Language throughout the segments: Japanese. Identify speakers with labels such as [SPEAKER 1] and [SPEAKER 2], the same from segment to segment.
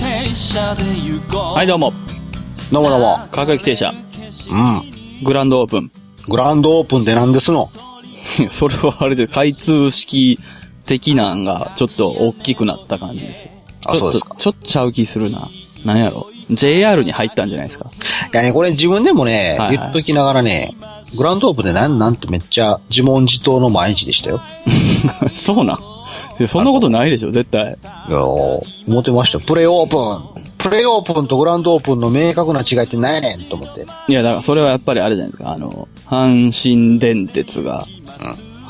[SPEAKER 1] はい、どうも。
[SPEAKER 2] どうもどうも。
[SPEAKER 1] 各駅停車、
[SPEAKER 2] うん。
[SPEAKER 1] グランドオープン。
[SPEAKER 2] グランドオープンで何ですの
[SPEAKER 1] それはあれで、開通式的なんが、ちょっと大きくなった感じです。
[SPEAKER 2] あ
[SPEAKER 1] ちょっと
[SPEAKER 2] そうですか
[SPEAKER 1] ちょっとちゃう気するな。なんやろ。JR に入ったんじゃないですか。
[SPEAKER 2] いやね、これ自分でもね、
[SPEAKER 1] はいはい
[SPEAKER 2] 言っときながらね、グランドオープンでなんなんてめっちゃ自問自答の毎日でしたよ。
[SPEAKER 1] そうなん。いやそんなことないでしょ、絶対。
[SPEAKER 2] いやー思ってましたよ。プレオープンプレオープンとグランドオープンの明確な違いって何やねんと思って。
[SPEAKER 1] いや、だからそれはやっぱりあれじゃないですか。あの、阪神電鉄が、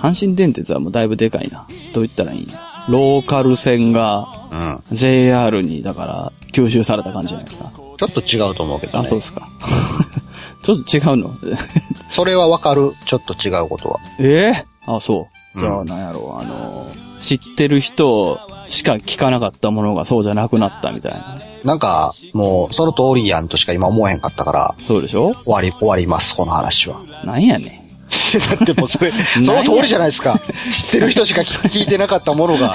[SPEAKER 1] 阪神電鉄はもうだいぶでかいな。どう言ったらいいのローカル線が
[SPEAKER 2] うん。
[SPEAKER 1] JR に、だから、吸収された感じじゃないですか。
[SPEAKER 2] ちょっと違うと思うけど
[SPEAKER 1] あ、
[SPEAKER 2] ね。
[SPEAKER 1] そうですか。 ちょっと違うの
[SPEAKER 2] それはわかる。ちょっと違うことは。
[SPEAKER 1] ええあ、そう。
[SPEAKER 2] うん
[SPEAKER 1] じゃあ、なんやろう、あの、知ってる人しか聞かなかったものがそうじゃなくなったみたいな。
[SPEAKER 2] なんか、もう、その通りやんとしか今思えへんかったから、
[SPEAKER 1] そうでしょ
[SPEAKER 2] 終わり、終わります、この話は。
[SPEAKER 1] なんやね
[SPEAKER 2] だってもうそれ、その通りじゃないですか。知ってる人しか聞聞 いてなかったも のが、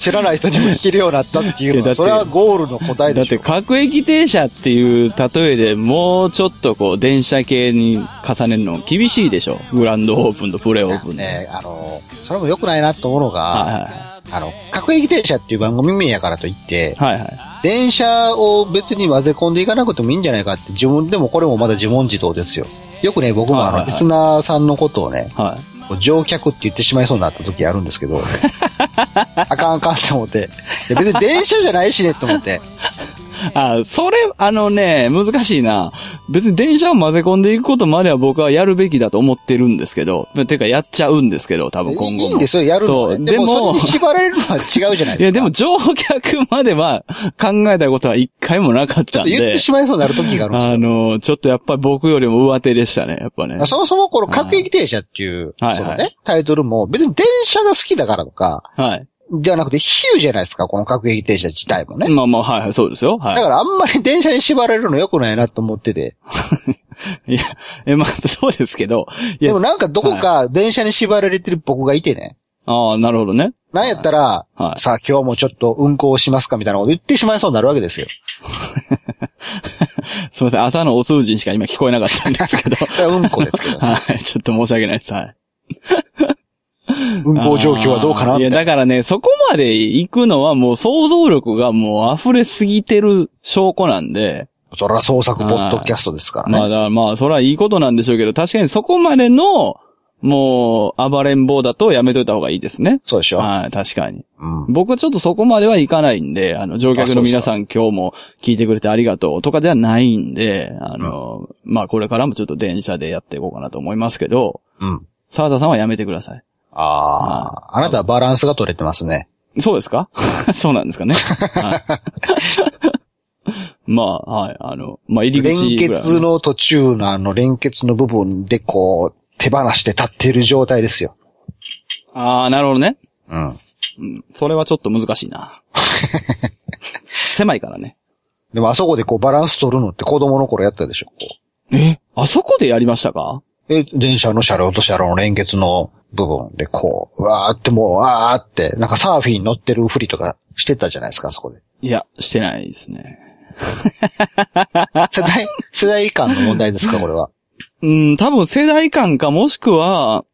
[SPEAKER 2] 知らない人にも聞けるようになったっていうの
[SPEAKER 1] いやだっ
[SPEAKER 2] は、
[SPEAKER 1] て
[SPEAKER 2] それはゴールの答え
[SPEAKER 1] ん。だ
[SPEAKER 2] で
[SPEAKER 1] っ、
[SPEAKER 2] してょ。
[SPEAKER 1] 各駅停車っていう例えでもうちょっとこう、電車系に重ねるの厳しいでしょグランドオープンとプレオープンで。
[SPEAKER 2] ね、あの、それも良くないなと思うの
[SPEAKER 1] はい
[SPEAKER 2] が、あの、各駅停車っていう番組名やからといって、
[SPEAKER 1] はい。はいは
[SPEAKER 2] 電車を別に混ぜ込んでいかなくてもいいんじゃないかって、自分でもこれもまだ自問自答ですよ。よくね、僕もあ
[SPEAKER 1] はい
[SPEAKER 2] の、
[SPEAKER 1] はい
[SPEAKER 2] リ
[SPEAKER 1] はい
[SPEAKER 2] スナーさんのことをね、
[SPEAKER 1] い。はい。
[SPEAKER 2] こう乗客って言ってしまいそうになった時あるんですけ ど、あかんあかんと思って、いや別に電車じゃないしねと思って、
[SPEAKER 1] あ、それ、あのね、難しいな。別に電車を混ぜ込んでいくことまでは僕はやるべきだと思ってるんですけど、てかやっちゃうんですけど、多分今後も。
[SPEAKER 2] いいんですよ、やるのはね、
[SPEAKER 1] そう
[SPEAKER 2] でも、
[SPEAKER 1] でも
[SPEAKER 2] それに縛られるのは違うじゃないですか。
[SPEAKER 1] いや、でも乗客までは考えたことは一回もなかっ
[SPEAKER 2] ち
[SPEAKER 1] た
[SPEAKER 2] ょっ
[SPEAKER 1] ん
[SPEAKER 2] と言っ
[SPEAKER 1] で
[SPEAKER 2] て、しまいそうになる時があるんですよ
[SPEAKER 1] あの、ちょっとやっぱり僕よりも上手でしたね、やっぱね。
[SPEAKER 2] そもそもこの各駅停車っていう、
[SPEAKER 1] はい
[SPEAKER 2] その
[SPEAKER 1] は
[SPEAKER 2] ね、タイトルも別に電車が好きだからとか、
[SPEAKER 1] はい。
[SPEAKER 2] じゃなくて比喩じゃないですか、この各駅停車自体もね。
[SPEAKER 1] まあまあ、はいはい、そうですよ。
[SPEAKER 2] だ
[SPEAKER 1] は
[SPEAKER 2] からあんまり電車に縛られるの良くないなと思ってて。
[SPEAKER 1] い。いや、え、まあ、 そうですけど。い
[SPEAKER 2] で
[SPEAKER 1] や
[SPEAKER 2] も、なんかどこか電車に縛られてる僕がいてね。
[SPEAKER 1] ああ、なるほどね。
[SPEAKER 2] なんやったら、
[SPEAKER 1] はい。
[SPEAKER 2] さあ今日もちょっと運行しますかみたいなこと言ってしまいそうになるわけ ですよ。
[SPEAKER 1] すいません、朝のお通じにしか今聞こえなかったんですけ ど。
[SPEAKER 2] それは運行ですけど、ね、
[SPEAKER 1] はい、ちょっと申し訳ないです。はい。
[SPEAKER 2] 運行状況は どうかなっ
[SPEAKER 1] あーい
[SPEAKER 2] て
[SPEAKER 1] や、。だからね、そこまで行くのはもう想像力がもう溢れすぎてる証拠なんで、
[SPEAKER 2] そら創作ポッドキャストですからね。
[SPEAKER 1] まあだ、まあ、それはいいことなんでしょうけど、確かにそこまでの、もう、暴れん坊だとやめといた方がいいですね。
[SPEAKER 2] そうでしょ、
[SPEAKER 1] はい、確かに。
[SPEAKER 2] うん。
[SPEAKER 1] 僕はちょっとそこまではいかないんで、あの、乗客の皆さん今日も聞いてくれてありがとうとかではないんで、あの、まあこれからもちょっと電車でやっていこうかなと思いますけど、
[SPEAKER 2] うん。
[SPEAKER 1] 沢田さんはやめてください。
[SPEAKER 2] ああ、あなたはバランスが取れてますね。
[SPEAKER 1] そうですか そうなんですかね。はい、まあ、はい、あの、まあ、入り
[SPEAKER 2] 連
[SPEAKER 1] 口ぐらい、
[SPEAKER 2] 結の途中のあの連結の部分でこう、手放して立っている状態ですよ。
[SPEAKER 1] ああ、なるほどね。
[SPEAKER 2] うん。
[SPEAKER 1] うん。それはちょっと難しいな。 狭いからね。
[SPEAKER 2] でもあそこでこうバランス取るのって子供の頃やったでしょこ
[SPEAKER 1] えあそこでやりましたか
[SPEAKER 2] うえ、電車の車両と車両の連結の部分でこう、うわーってもう、わーって、なんかサーフィンに乗ってるふりとかしてたじゃないですか、あそこで。
[SPEAKER 1] いや、してないですね。
[SPEAKER 2] 世代、世代間の問題 ですか、これは。
[SPEAKER 1] うん、多分世代間かもしくは、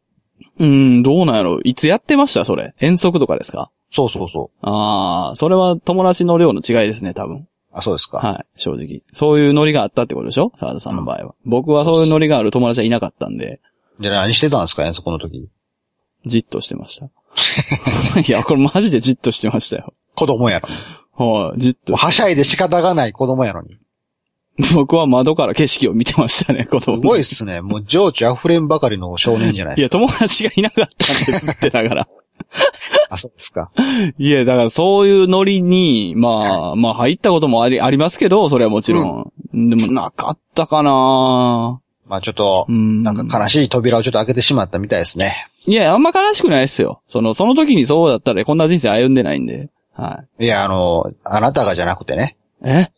[SPEAKER 1] うん、どうなんやろいつやってましたそれ。遠足とかですか
[SPEAKER 2] そうそうそう。
[SPEAKER 1] ああ、それは友達の量の違いですね、多分。
[SPEAKER 2] あ、そうですか。
[SPEAKER 1] はい、正直。そういうノリがあったってことでしょ澤田さんの場合は。僕はそういうノリがある友達はいなかったんで、
[SPEAKER 2] で、何してたんですか、遠足の時。
[SPEAKER 1] じっとしてま した。いや、これマジでじっとしてましたよ。
[SPEAKER 2] 子供やろ。
[SPEAKER 1] はい、じっと。
[SPEAKER 2] はしゃいで仕方がない子供やのに。
[SPEAKER 1] 僕は窓から景色を見てましたね、子
[SPEAKER 2] す
[SPEAKER 1] 供の
[SPEAKER 2] ごいっすね。もう情緒溢れんばかりの少年じゃない
[SPEAKER 1] い
[SPEAKER 2] です
[SPEAKER 1] や、
[SPEAKER 2] か。
[SPEAKER 1] 友達がいなかったんですって、だから。
[SPEAKER 2] あ、そうですか。
[SPEAKER 1] いや、だからそういうノリに、まあ、まあ入ったこともあり、ありますけど、それはもちろん。でもなかったかな
[SPEAKER 2] まあちょっと
[SPEAKER 1] う、ん。
[SPEAKER 2] なんか悲しい扉をちょっと開けてしまったみたいですね。
[SPEAKER 1] いや、あんま悲しくないですよ。その、その時にそうだったらこんな人生歩んでないんで。はい
[SPEAKER 2] や、あの、あなたがじゃなくてね、
[SPEAKER 1] い。え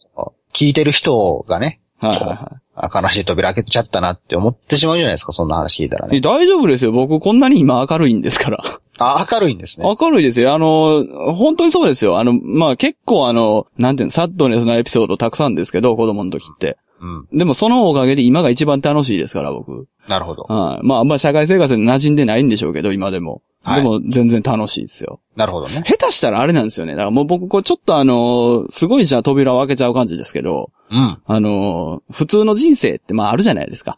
[SPEAKER 2] 聞いてる人がね、
[SPEAKER 1] はいはいは
[SPEAKER 2] あ悲しい扉開けちゃったなって思ってしまうじゃないですか、そんな話聞いたら
[SPEAKER 1] い。
[SPEAKER 2] ね。
[SPEAKER 1] え大丈夫ですよ。僕こんなに今明るいんですから。
[SPEAKER 2] あ、明るいんですね。
[SPEAKER 1] 明るいですよ。あの、本当にそうですよ。あの、まあ、結構あの、なんていうの、サッドネスなエピソードたくさんですけど、子供の時って。
[SPEAKER 2] うん。
[SPEAKER 1] でもそのおかげで今が一番楽しいですから、僕。
[SPEAKER 2] なるほど。
[SPEAKER 1] はい。まあ、まあ、社会生活に馴染んでないんでしょうけど、今でも。
[SPEAKER 2] はい
[SPEAKER 1] でも、全然楽しいですよ。
[SPEAKER 2] なるほどね。
[SPEAKER 1] 下手したらあれなんですよね。だからもう僕、こう、ちょっとあの、すごいじゃあ扉を開けちゃう感じですけど、
[SPEAKER 2] うん。
[SPEAKER 1] あの、普通の人生って、まあ、あるじゃないですか。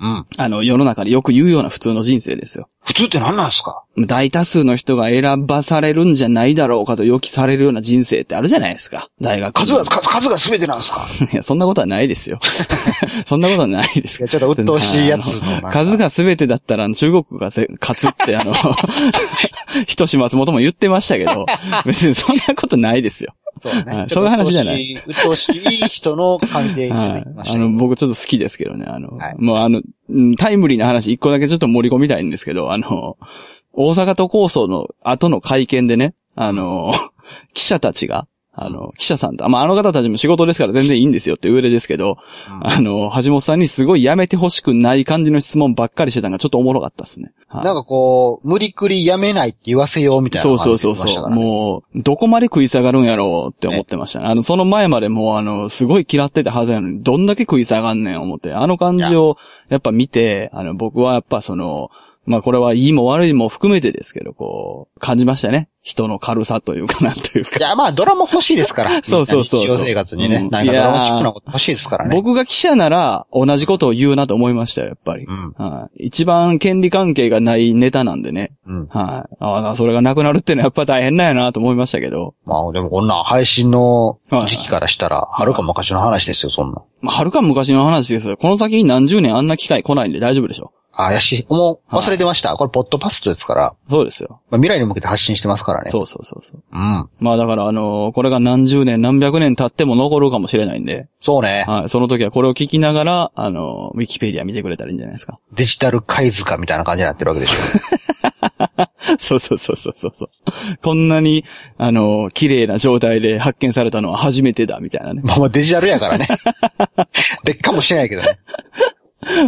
[SPEAKER 2] うん。
[SPEAKER 1] あの、世の中でよく言うような普通の人生ですよ。
[SPEAKER 2] 普通って何なんですか
[SPEAKER 1] 大多数の人が選ばされるんじゃないだろうかと予期されるような人生ってあるじゃないですか。大学
[SPEAKER 2] 数が、数数が全てなんですか
[SPEAKER 1] いや、そんなことはないですよ。 そんなことはないです
[SPEAKER 2] いや、ちょっと鬱陶しいやつのなんか。
[SPEAKER 1] 数が全てだったら中国がせ勝つってあの、 ひとし松本も言ってましたけ ど、別にそんなことないですよ。
[SPEAKER 2] そうだ
[SPEAKER 1] は
[SPEAKER 2] ね
[SPEAKER 1] い。そういう話じゃない
[SPEAKER 2] ちょっと鬱陶しい。鬱陶しい人の関係に
[SPEAKER 1] は
[SPEAKER 2] ないりま。し
[SPEAKER 1] あ
[SPEAKER 2] た
[SPEAKER 1] の、
[SPEAKER 2] ね。
[SPEAKER 1] 僕ちょっと好きですけどね、あの、
[SPEAKER 2] はい
[SPEAKER 1] もうあの、うんタイムリーな話一個だけちょっと盛り込みたいんですけど、あの、大阪都構想の後の会見でね、あの、 記者たちが、あの、記者さんと、まあ、あの方たちも仕事ですから全然いいんですよって上でですけど、
[SPEAKER 2] うん
[SPEAKER 1] あの、橋本さんにすごいやめてほしくない感じの質問ばっかりしてたのがちょっとおもろかったですね。はい
[SPEAKER 2] なんかこう、無理くりやめないって言わせようみたいな
[SPEAKER 1] そう
[SPEAKER 2] 感じ
[SPEAKER 1] そ
[SPEAKER 2] で
[SPEAKER 1] うそう
[SPEAKER 2] 言ってました
[SPEAKER 1] そ
[SPEAKER 2] か
[SPEAKER 1] う。
[SPEAKER 2] らね。
[SPEAKER 1] もう、どこまで食い下がるんやろうって思ってましたね。あの、その前までもう、あの、すごい嫌ってたはずやのに、どんだけ食い下がんねん思って、あの感じを、やっぱ見て、あの、僕はやっぱその、まあこれはいいも悪いも含めてですけど、こう、感じましたね。人の軽さというかなんというか。
[SPEAKER 2] いや、まあ、ドラマ欲しいですから。
[SPEAKER 1] そうそうそうそう
[SPEAKER 2] みんな日常生活にね。
[SPEAKER 1] うん
[SPEAKER 2] なんかドラマチックなこと欲しいですからね。
[SPEAKER 1] 僕が記者なら、同じことを言うなと思いましたよ、やっぱり
[SPEAKER 2] う。ん。
[SPEAKER 1] はい。一番権利関係がないネタなんでね。
[SPEAKER 2] うん。
[SPEAKER 1] はい。ああ、それがなくなるってのはやっぱ大変なんやなと思いましたけど。
[SPEAKER 2] まあ、でもこんなん配信の
[SPEAKER 1] はい
[SPEAKER 2] 時期からしたら、はるか昔の話ですよ、そんな。
[SPEAKER 1] まあ、はるか昔の話ですよ。この先に何十年あんな機会来ないんで大丈夫でしょ。
[SPEAKER 2] あ、怪しい。もう、忘れてました。これ、ポッドパストですから、
[SPEAKER 1] そうですよ。
[SPEAKER 2] まあ、未来に向けて発信してますからね。
[SPEAKER 1] そうそうそうそう。
[SPEAKER 2] うん。
[SPEAKER 1] まあだからあのーこれが何十年何百年経っても残るかもしれないんで、
[SPEAKER 2] そうね。
[SPEAKER 1] はい、その時はこれを聞きながら、あのーウィキペディア見てくれたらいいんじゃないですか。
[SPEAKER 2] デジタル貝塚みたいな感じになってるわけでしょ。
[SPEAKER 1] そうそうそうそうそうそう。こんなに、あのー綺麗な状態で発見されたのは初めてだ、みたいなね。
[SPEAKER 2] まあまあデジタルやからね。でっかもしれないけどね。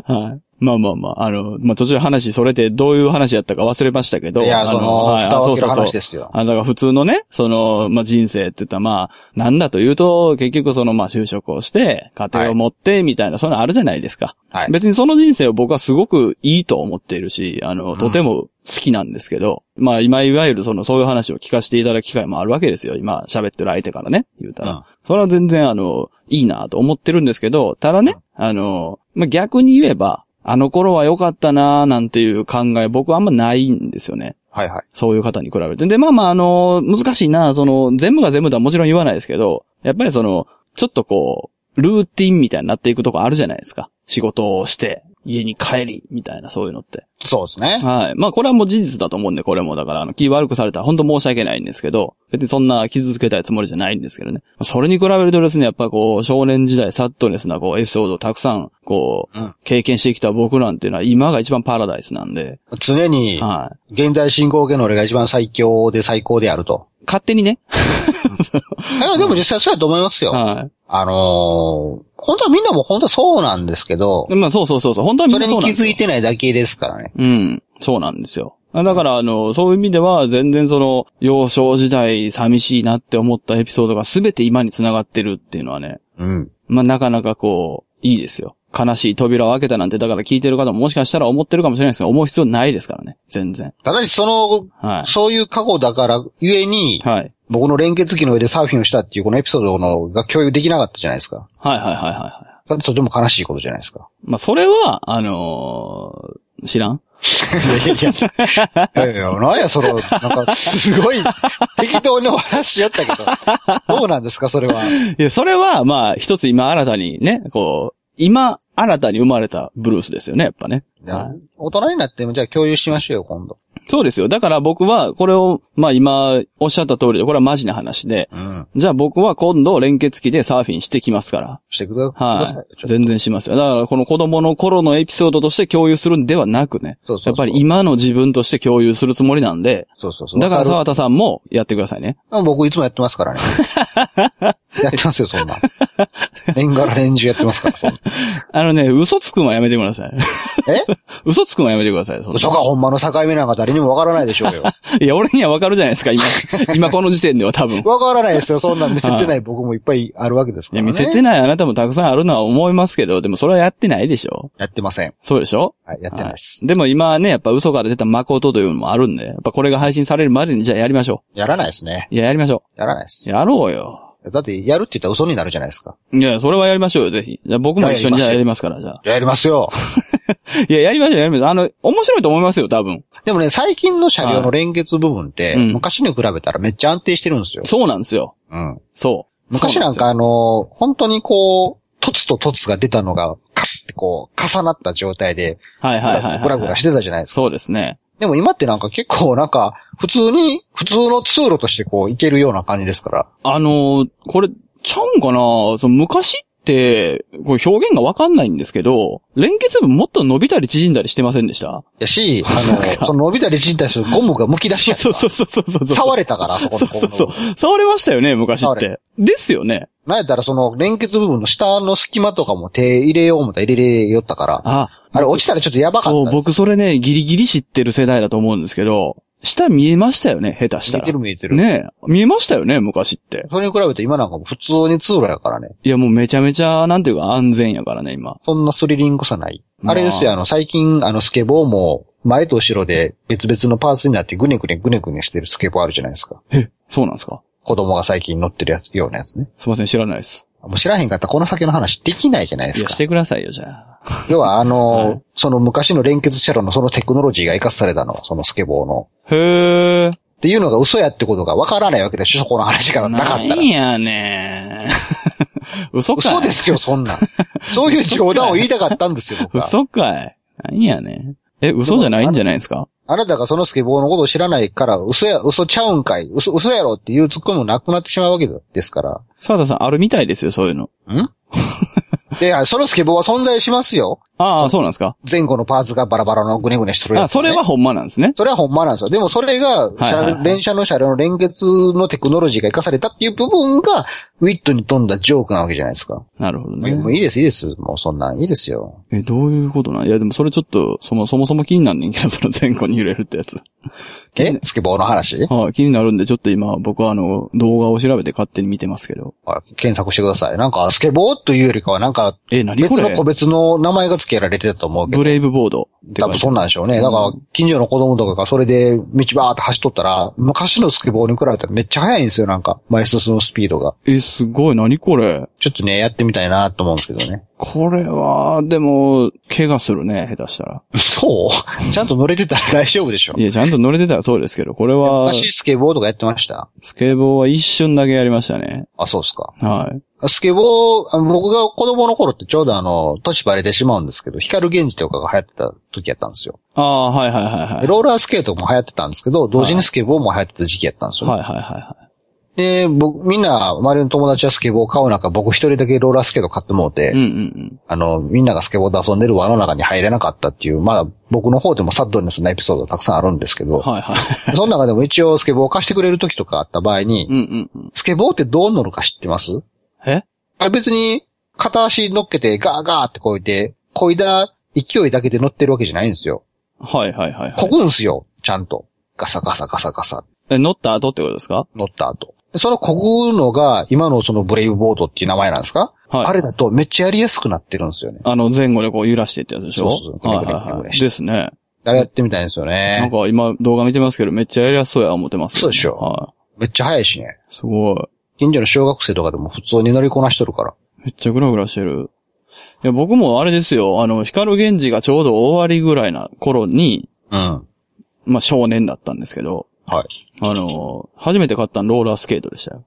[SPEAKER 1] はい。まあまあまあ、あの、まあ途中話それってどういう話やったか忘れましたけど。
[SPEAKER 2] いや、
[SPEAKER 1] あ
[SPEAKER 2] その、
[SPEAKER 1] はい
[SPEAKER 2] 蓋
[SPEAKER 1] あそ
[SPEAKER 2] を
[SPEAKER 1] う
[SPEAKER 2] 開け
[SPEAKER 1] そうそう
[SPEAKER 2] る話。ですよ。
[SPEAKER 1] あだから普通のね、その、まあ、人生って言ったら、まあ、なんだというと、結局その、まあ、就職をして、家庭を持って、みたいな、そういうのあるじゃないですか。
[SPEAKER 2] はい。
[SPEAKER 1] 別にその人生を僕はすごくいいと思っているし、あの、とても好きなんですけど、まあ、今いわゆるその、そういう話を聞かせていただく機会もあるわけですよ。今、喋ってる相手からね、言うたら。
[SPEAKER 2] うん
[SPEAKER 1] それは全然、あの、いいなと思ってるんですけど、ただね、あの、まあ、逆に言えば、あの頃は良かったななんていう考え、僕はあんまないんですよね。
[SPEAKER 2] はいはい。
[SPEAKER 1] そういう方に比べて。で、まあまあ、あの、難しいな、その、全部が全部とはもちろん言わないですけど、やっぱりその、ちょっとこう、ルーティンみたいになっていくとこあるじゃないですか。仕事をして、家に帰り、みたいな、そういうのって。
[SPEAKER 2] そうですね。
[SPEAKER 1] はい。まあ、これはもう事実だと思うんで、これも、だから、あの、気悪くされたら本当申し訳ないんですけど、別にそんな傷つけたいつもりじゃないんですけどね。それに比べるとですね、やっぱこう、少年時代、サッドネスな、こう、エピソードをたくさん、こう、
[SPEAKER 2] うん
[SPEAKER 1] 経験してきた僕なんていうのは、今が一番パラダイスなんで、
[SPEAKER 2] 常に、
[SPEAKER 1] はい。
[SPEAKER 2] 現在進行形の俺が一番最強で最高であると。
[SPEAKER 1] 勝手にね、
[SPEAKER 2] いや、でも実際そうやと思いますよ。
[SPEAKER 1] はい。
[SPEAKER 2] あのー、本当はみんなも本当はそうなんですけど、
[SPEAKER 1] まあそうそうそうそう。本当はみ
[SPEAKER 2] そ
[SPEAKER 1] んな
[SPEAKER 2] れ
[SPEAKER 1] そ
[SPEAKER 2] に
[SPEAKER 1] うな
[SPEAKER 2] 気
[SPEAKER 1] んです
[SPEAKER 2] づ
[SPEAKER 1] よ。
[SPEAKER 2] いてないだけですからね。
[SPEAKER 1] うん。そうなんですよ。あだから、あの、そういう意味では、全然その、幼少時代寂しいなって思ったエピソードが全て今に繋がってるっていうのはね、
[SPEAKER 2] うん。
[SPEAKER 1] まあなかなかこう、いいですよ。悲しい扉を開けたなんて、だから聞いてる方ももしかしたら思ってるかもしれないですが、思う必要ないですからね。全然。
[SPEAKER 2] ただし、その、
[SPEAKER 1] は
[SPEAKER 2] そういう過去だから、ゆえ
[SPEAKER 1] い。、
[SPEAKER 2] に
[SPEAKER 1] はい。
[SPEAKER 2] 僕の連結期の上でサーフィンをしたっていうこのエピソードのが共有できなかったじゃないですか。
[SPEAKER 1] はいはいはいはいはい。
[SPEAKER 2] それとても悲しいことじゃないですか。
[SPEAKER 1] まあそれは、あのー知らん
[SPEAKER 2] いやいや、 いやいや、なんや、その、なんか、すごい、適当にお話しやったけど、どうなんですか、それは。
[SPEAKER 1] いや、それは、まあ、一つ今新たにね、こう、今、新たに生まれたブルースですよね、やっぱね。はい
[SPEAKER 2] 大人になっても、じゃあ共有しましょうよ、今度。
[SPEAKER 1] そうですよ。だから僕は、これを、まあ今、おっしゃった通りで、これはマジな話で、
[SPEAKER 2] うん。
[SPEAKER 1] じゃあ僕は今度連結機でサーフィンしてきますから。
[SPEAKER 2] してくだください
[SPEAKER 1] は
[SPEAKER 2] よ。
[SPEAKER 1] い。全然しますよ。だからこの子供の頃のエピソードとして共有するんではなくね。
[SPEAKER 2] そうそうそう
[SPEAKER 1] やっぱり今の自分として共有するつもりなんで、
[SPEAKER 2] そうそうそう。
[SPEAKER 1] だから
[SPEAKER 2] わ
[SPEAKER 1] 沢田さんもやってくださいね。
[SPEAKER 2] る僕いつもやってますからね。やってますよ、そんなん。年がら年中やってますから、そんな
[SPEAKER 1] あのね、嘘つくのはやめてください。
[SPEAKER 2] え
[SPEAKER 1] 嘘つくのはやめてください。そんな
[SPEAKER 2] 嘘かほんまの境目なんか誰にもわからないでしょうよ。
[SPEAKER 1] いや、俺にはわかるじゃないです か、今。今この時点では多分。い
[SPEAKER 2] わからないですよ。そんなん見せてない僕もいっぱいあるわけですか
[SPEAKER 1] や、
[SPEAKER 2] ら、ね。
[SPEAKER 1] 見せてないあなたもたくさんあるのは思いますけど、でもそれはやってないでしょ
[SPEAKER 2] やってません。
[SPEAKER 1] そうでしょ
[SPEAKER 2] はい、やってないです。
[SPEAKER 1] はいでも今はね、やっぱ嘘から出た誠というのもあるんで、やっぱこれが配信されるまでにじゃあやりましょ
[SPEAKER 2] やらないですね。
[SPEAKER 1] う。いや、やりましょ
[SPEAKER 2] やらないです
[SPEAKER 1] う。。やろうよ。
[SPEAKER 2] だって、やるって言ったら嘘になるじゃないですか。
[SPEAKER 1] いや、それはやりましょうよ、ぜひ。じゃあ僕も一緒に
[SPEAKER 2] い
[SPEAKER 1] じゃあ
[SPEAKER 2] や
[SPEAKER 1] や
[SPEAKER 2] や
[SPEAKER 1] りますから、じゃあ。
[SPEAKER 2] やりますよ。
[SPEAKER 1] いや、やりましょう、やりましょう。あの、面白いと思いますよ、多分。
[SPEAKER 2] でもね、最近の車両の連結部分って、
[SPEAKER 1] はいうん
[SPEAKER 2] 昔に比べたらめっちゃ安定してるんですよ。
[SPEAKER 1] そうなんですよ。
[SPEAKER 2] うん。
[SPEAKER 1] そう。
[SPEAKER 2] 昔なんかあの、本当にこう、突と突が出たのが、カッてこう、重なった状態で、
[SPEAKER 1] そうなんですよ、はいはいはいはい、
[SPEAKER 2] グラグラしてたじゃないですか。
[SPEAKER 1] そうですね。
[SPEAKER 2] でも今ってなんか結構なんか、普通に、普通の通路としてこう、行けるような感じですから。
[SPEAKER 1] あのーこれ、ちゃうんかなその昔って、これ表現がわかんないんですけど、連結部もっと伸びたり縮んだりしてませんでした
[SPEAKER 2] やし、あの、その伸びたり縮んだりするゴムが剥き出しや
[SPEAKER 1] そうそうそうそうそう。
[SPEAKER 2] 触れたから、あそこ
[SPEAKER 1] そ
[SPEAKER 2] の
[SPEAKER 1] うそうそう。触れましたよね、昔っ
[SPEAKER 2] 触
[SPEAKER 1] て。ですよね。
[SPEAKER 2] なんやったらその連結部分の下の隙間とかも手入れよう思ったら入れれよったから、
[SPEAKER 1] あ、
[SPEAKER 2] あれ落ちたらちょっとやばかった
[SPEAKER 1] そ
[SPEAKER 2] ん
[SPEAKER 1] う、
[SPEAKER 2] です。
[SPEAKER 1] 僕それね、ギリギリ知ってる世代だと思うんですけど、下見えましたよね、下手した
[SPEAKER 2] 見えて
[SPEAKER 1] ら
[SPEAKER 2] る。見えてる。
[SPEAKER 1] ねえ、見えましたよね、昔って。
[SPEAKER 2] それに比べて今なんかもう普通に通路やからね。
[SPEAKER 1] いや、もうめちゃめちゃ、なんていうか安全やからね、今。
[SPEAKER 2] そんなスリリングさない。
[SPEAKER 1] まあ
[SPEAKER 2] あれですよ、あの、最近、あの、スケボーも、前と後ろで別々のパーツになってぐねぐねぐねぐねしてるスケボーあるじゃないですか。
[SPEAKER 1] そうなんですか
[SPEAKER 2] 子供が最近乗ってるやつ、ようなやつね。
[SPEAKER 1] すいません、知らないです。
[SPEAKER 2] もう知らへんかったらこの先の話できないじゃないで
[SPEAKER 1] い
[SPEAKER 2] す
[SPEAKER 1] や、
[SPEAKER 2] か
[SPEAKER 1] し。てくださいよ、じゃあ。
[SPEAKER 2] 要は、あの、
[SPEAKER 1] はい
[SPEAKER 2] その昔の連結車両のそのテクノロジーが活かされたの、そのスケボーの。
[SPEAKER 1] へー。
[SPEAKER 2] っていうのが嘘やってことがわからないわけでしょ、そこの話からなかった
[SPEAKER 1] な
[SPEAKER 2] ら
[SPEAKER 1] い。んやねん 嘘かい。
[SPEAKER 2] 嘘ですよ、そ んなん。そういう冗談を言いたかったんですよ、僕は。
[SPEAKER 1] 嘘かい。なんやねんえ、嘘じゃないんじゃないですか
[SPEAKER 2] あなたがそのスケボーのことを知らないから、嘘や、嘘ちゃうんかい、嘘、嘘やろっていうツッコミもなくなってしまうわけですから。
[SPEAKER 1] 沢田さん、あるみたいですよ、そういうの。
[SPEAKER 2] んで、あそのスケボーは存在しますよ。
[SPEAKER 1] ああ、そうなんですか
[SPEAKER 2] 前後のパーツがバラバラのぐねぐねしてるやつ、ね。
[SPEAKER 1] あ、それはほんまなんですね。
[SPEAKER 2] それはほんまなんですよ。でもそれが、
[SPEAKER 1] はいはいはい
[SPEAKER 2] 連車の車両の連結のテクノロジーが活かされたっていう部分が、ウィットに富んだジョークなわけじゃないですか。
[SPEAKER 1] なるほど
[SPEAKER 2] もう
[SPEAKER 1] ね。
[SPEAKER 2] いいです、いいです。もうそんなん、いいですよ。
[SPEAKER 1] え、どういうことなんいや、でもそれちょっと、そもそもそも気になんねんけど、 その前後に揺れるってやつ。
[SPEAKER 2] えスケボーの話
[SPEAKER 1] はい、気になるんで、ちょっと今、僕はあの、動画を調べて勝手に見てますけど。
[SPEAKER 2] あ検索してください。なんか、スケボーというよりかは、なんか、
[SPEAKER 1] え、何
[SPEAKER 2] 別
[SPEAKER 1] こ
[SPEAKER 2] の
[SPEAKER 1] れ
[SPEAKER 2] 個別の名前が付けられてたと思うけど
[SPEAKER 1] ブ。レイブボードって
[SPEAKER 2] 多
[SPEAKER 1] 書い
[SPEAKER 2] 分
[SPEAKER 1] て
[SPEAKER 2] そんなんでしょうね。だから、近所の子供とかがそれで道バーって走っとったら、昔のスケボーに比べたらめっちゃ速いんですよ、なんか。前進むスピードが。
[SPEAKER 1] え、すごい、何これ
[SPEAKER 2] ちょっとね、やってみたいなと思うんですけどね。
[SPEAKER 1] これは、でも、怪我するね、下手したら。
[SPEAKER 2] そうちゃんと乗れてたら大丈夫でしょ
[SPEAKER 1] い。や、ちゃんと乗れてたらそうですけど、これは、
[SPEAKER 2] 昔スケボーとかやってました
[SPEAKER 1] スケボーは一瞬だけやりましたね。
[SPEAKER 2] あ、そうですか。
[SPEAKER 1] はい。
[SPEAKER 2] スケボー、あの僕が子供の頃ってちょうどあの、年バレてしまうんですけど、光源氏とかが流行ってた時やったんですよ。
[SPEAKER 1] ああ、はいはいはいは
[SPEAKER 2] で
[SPEAKER 1] い。
[SPEAKER 2] ローラースケートも流行ってたんですけど、同時にスケボーも流行ってた時期やったんですよ。
[SPEAKER 1] はいはいはいは
[SPEAKER 2] で、僕、みんな、周りの友達はスケボー買う中、僕一人だけローラースケート買ってもうて、
[SPEAKER 1] い。うんうん
[SPEAKER 2] あの、みんながスケボーで遊んでる輪の中に入れなかったっていう、まあ、僕の方でもサッドネスなエピソードたくさんあるんですけ
[SPEAKER 1] うん。
[SPEAKER 2] ど、
[SPEAKER 1] はいはい。
[SPEAKER 2] その中でも一応スケボーを貸してくれる時とかあった場合に、
[SPEAKER 1] うんうんうん。
[SPEAKER 2] スケボーってどう乗るか知ってます
[SPEAKER 1] え
[SPEAKER 2] あれ別に、片足乗っけてガーガーってこいて、こいだ勢いだけで乗ってるわけじゃないんですよ。
[SPEAKER 1] はいはいはいは
[SPEAKER 2] こ
[SPEAKER 1] い。
[SPEAKER 2] ぐんすよ、ちゃんと。ガサガサガサガサ、
[SPEAKER 1] え乗った後ってことですか
[SPEAKER 2] 乗った後。でそのこぐのが、今のそのブレイブボードっていう名前なんですか、
[SPEAKER 1] はい。
[SPEAKER 2] あれだとめっちゃやりやすくなってるんですよね。
[SPEAKER 1] あの、前後でこう揺らしてってやつでしょ
[SPEAKER 2] そうそうそ
[SPEAKER 1] は
[SPEAKER 2] う
[SPEAKER 1] いはいはい。ですね。
[SPEAKER 2] あれやってみたいんですよ
[SPEAKER 1] なん
[SPEAKER 2] ね。
[SPEAKER 1] か今動画見てますけど、めっちゃやりやすそうや思ってますけどね。
[SPEAKER 2] そうでしょ
[SPEAKER 1] は
[SPEAKER 2] めっちゃ速いしね。
[SPEAKER 1] い。すごい。
[SPEAKER 2] 近所の小学生とかでも普通に乗りこなしとるから。
[SPEAKER 1] めっちゃグラグラしてる。いや、僕もあれですよ、あの、光源氏がちょうど終わりぐらいな頃に、
[SPEAKER 2] うん。
[SPEAKER 1] まあ少年だったんですけど、
[SPEAKER 2] はい。
[SPEAKER 1] あの、初めて買ったのローラースケートでした よ。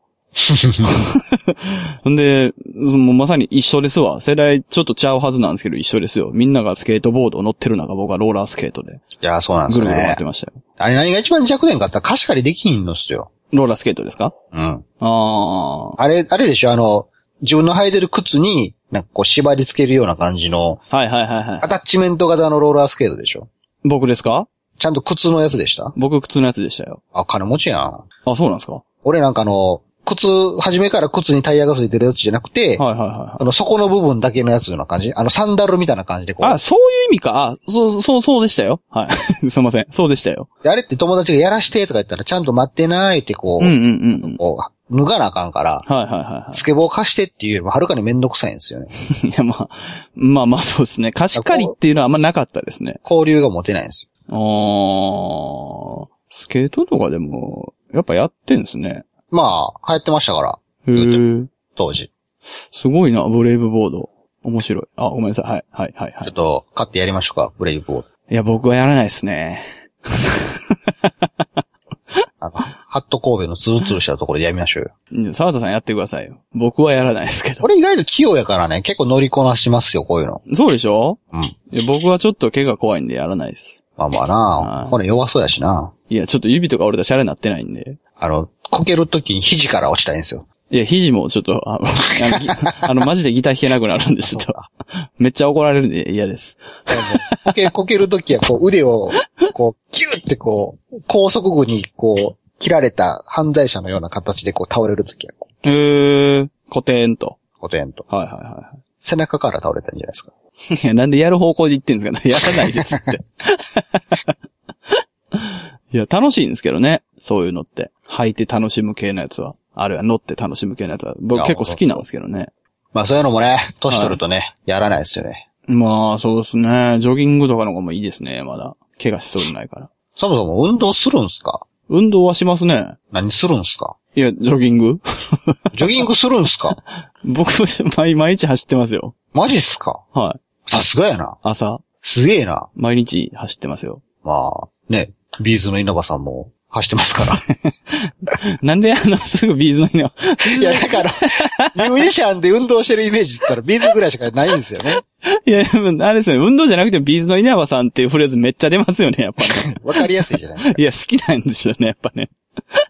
[SPEAKER 1] んで、そのまさに一緒ですわ。世代ちょっとちゃうはずなんですけど、一緒ですよ。みんながスケートボードを乗ってる中、僕はローラースケートで、
[SPEAKER 2] いや、そうなんで
[SPEAKER 1] ぐ
[SPEAKER 2] す
[SPEAKER 1] るぐる回っ
[SPEAKER 2] ね
[SPEAKER 1] て。ましたよ。
[SPEAKER 2] あれ何が一番弱点かって言ったら貸し借りできひんのっすよ。
[SPEAKER 1] ローラースケートですか
[SPEAKER 2] うん。
[SPEAKER 1] ああ。
[SPEAKER 2] あれ、あれでしょあの、自分の履いてる靴に、なんかこう縛り付けるような感じの、
[SPEAKER 1] はいはいはいは
[SPEAKER 2] アタッチメント型のローラースケートでしょ
[SPEAKER 1] い。僕ですか
[SPEAKER 2] ちゃんと靴のやつでした
[SPEAKER 1] 僕、靴のやつでしたよ。
[SPEAKER 2] あ、金持ちやん。
[SPEAKER 1] あ、そうなんですか
[SPEAKER 2] 俺なんかあの、靴、初めから靴にタイヤが付いてるやつじゃなくて、
[SPEAKER 1] はいはいはい。
[SPEAKER 2] あの、底の部分だけのやつのような感じあの、サンダルみたいな感じでこう。
[SPEAKER 1] あ、そういう意味か。あ、そう、そう、そうでしたよ。はい。 すいません。そうでしたよ。
[SPEAKER 2] であれって友達がやらしてとか言ったら、ちゃんと待ってないってこ
[SPEAKER 1] う
[SPEAKER 2] う、
[SPEAKER 1] んうんうんうん。
[SPEAKER 2] こう脱がなあかんから、
[SPEAKER 1] はいはいはいは
[SPEAKER 2] スケボー貸してっていうよりもはるかにめんどくさいんですよね。
[SPEAKER 1] い。いや、まあ、まあまあそうですね。貸し借りっていうのはあんまなかったですね。
[SPEAKER 2] 交流が持てないんです
[SPEAKER 1] あ
[SPEAKER 2] よ。
[SPEAKER 1] ー、スケートとかでも、やっぱやってんですね。
[SPEAKER 2] まあ、流行ってましたから、
[SPEAKER 1] へー。
[SPEAKER 2] 当時。
[SPEAKER 1] すごいな、ブレイブボード。面白い。あ、ごめんなさい。はい、はい、はい、は
[SPEAKER 2] ちょ
[SPEAKER 1] い
[SPEAKER 2] っ。と、買ってやりましょうか、ブレイブボード。
[SPEAKER 1] いや、僕はやらないですね。
[SPEAKER 2] あの、ハット神戸のツルツルしたところでやりましょうよ。
[SPEAKER 1] うん沢田さんやってくださいよ。僕はやらないですけど。
[SPEAKER 2] これ意外と器用やからね、結構乗りこなしますよ、こういうの。
[SPEAKER 1] そうでしょ
[SPEAKER 2] うん。
[SPEAKER 1] いや僕はちょっと怪が怖いんでやらないです。
[SPEAKER 2] まあまあ
[SPEAKER 1] は
[SPEAKER 2] ないこれ弱そうやしな。
[SPEAKER 1] いや、ちょっと指とか俺たちシャレなってないんで。
[SPEAKER 2] あの、こけるときに肘から落ちたいんですよ。
[SPEAKER 1] いや、肘もちょっと、あ の、あのぎあのマジでギター弾けなくなるんで、ちょっと。 めっちゃ怒られるんで嫌です。
[SPEAKER 2] こけ、こけるときはこう腕を、こう、キューってこう、高速具にこう、切られた犯罪者のような形でこう倒れるときはこ
[SPEAKER 1] えー、コテンと。
[SPEAKER 2] う、ことやんと。
[SPEAKER 1] はいはいは
[SPEAKER 2] 背中から倒れたんじゃないですか。
[SPEAKER 1] いはい。いや、なんでやる方向で言ってんですかね。や らないですって。いや、楽しいんですけどね。そういうのって。履いて楽しむ系のやつは。あるいは乗って楽しむ系のやつは。僕結構好きなんですけどね。
[SPEAKER 2] まあそういうのもね、年取るとね、やらないですよね。
[SPEAKER 1] まあ、そうですね。ジョギングとかの方がいいですね、まだ。怪我しそうにないから。
[SPEAKER 2] そもそも運動するんすか
[SPEAKER 1] 運動はしますね。
[SPEAKER 2] 何するんすか
[SPEAKER 1] いや、ジョギング
[SPEAKER 2] ジョギングするんすか
[SPEAKER 1] 僕、毎、毎日走ってますよ。
[SPEAKER 2] マジっすか
[SPEAKER 1] はい。
[SPEAKER 2] さすがやな。
[SPEAKER 1] 朝、
[SPEAKER 2] すげえな。
[SPEAKER 1] 毎日走ってますよ。
[SPEAKER 2] まあ、ね、ビーズの稲葉さんも走ってま すから。
[SPEAKER 1] なんで、あの、すぐビーズの犬は
[SPEAKER 2] いや、だから、ミュージシャンで運動してるイメージって言ったらビーズぐらいしかないんですよね。
[SPEAKER 1] いや、でもあれですね、運動じゃなくてもビーズの稲葉さんっていうフレーズめっちゃ出ますよね、やっぱ ね。
[SPEAKER 2] わかりやすいじゃないですか。
[SPEAKER 1] いや、好きなんですよね、やっぱね。